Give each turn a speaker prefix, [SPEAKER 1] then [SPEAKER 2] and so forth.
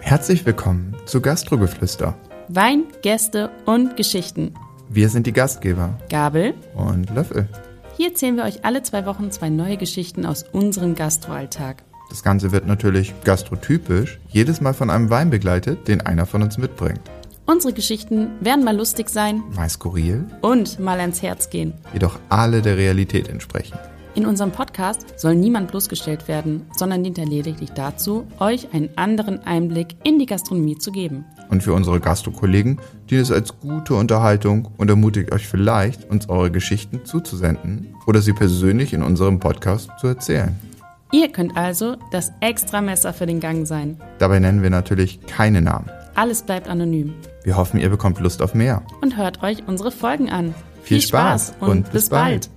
[SPEAKER 1] Herzlich willkommen zu Gastrogeflüster.
[SPEAKER 2] Wein, Gäste und Geschichten.
[SPEAKER 1] Wir sind die Gastgeber
[SPEAKER 2] Gabel,
[SPEAKER 1] und Löffel.
[SPEAKER 2] hier erzählen wir euch alle zwei Wochen zwei neue Geschichten aus unserem Gastroalltag.
[SPEAKER 1] Das Ganze wird natürlich gastrotypisch jedes Mal von einem Wein begleitet, den einer von uns mitbringt.
[SPEAKER 2] Unsere Geschichten werden mal lustig sein
[SPEAKER 1] Mal skurril,
[SPEAKER 2] und mal ans Herz gehen.
[SPEAKER 1] jedoch alle der Realität entsprechen.
[SPEAKER 2] In unserem Podcast soll niemand bloßgestellt werden, sondern dient er lediglich dazu, euch einen anderen Einblick in die Gastronomie zu geben.
[SPEAKER 1] Und für unsere Gastrokollegen dient es als gute Unterhaltung und ermutigt euch vielleicht, uns eure Geschichten zuzusenden oder sie persönlich in unserem Podcast zu erzählen.
[SPEAKER 2] Ihr könnt also das Extramesser für den Gang sein.
[SPEAKER 1] Dabei nennen wir natürlich keine Namen.
[SPEAKER 2] Alles bleibt anonym.
[SPEAKER 1] Wir hoffen, ihr bekommt Lust auf mehr.
[SPEAKER 2] Und hört euch unsere Folgen an.
[SPEAKER 1] Viel Spaß und bis bald.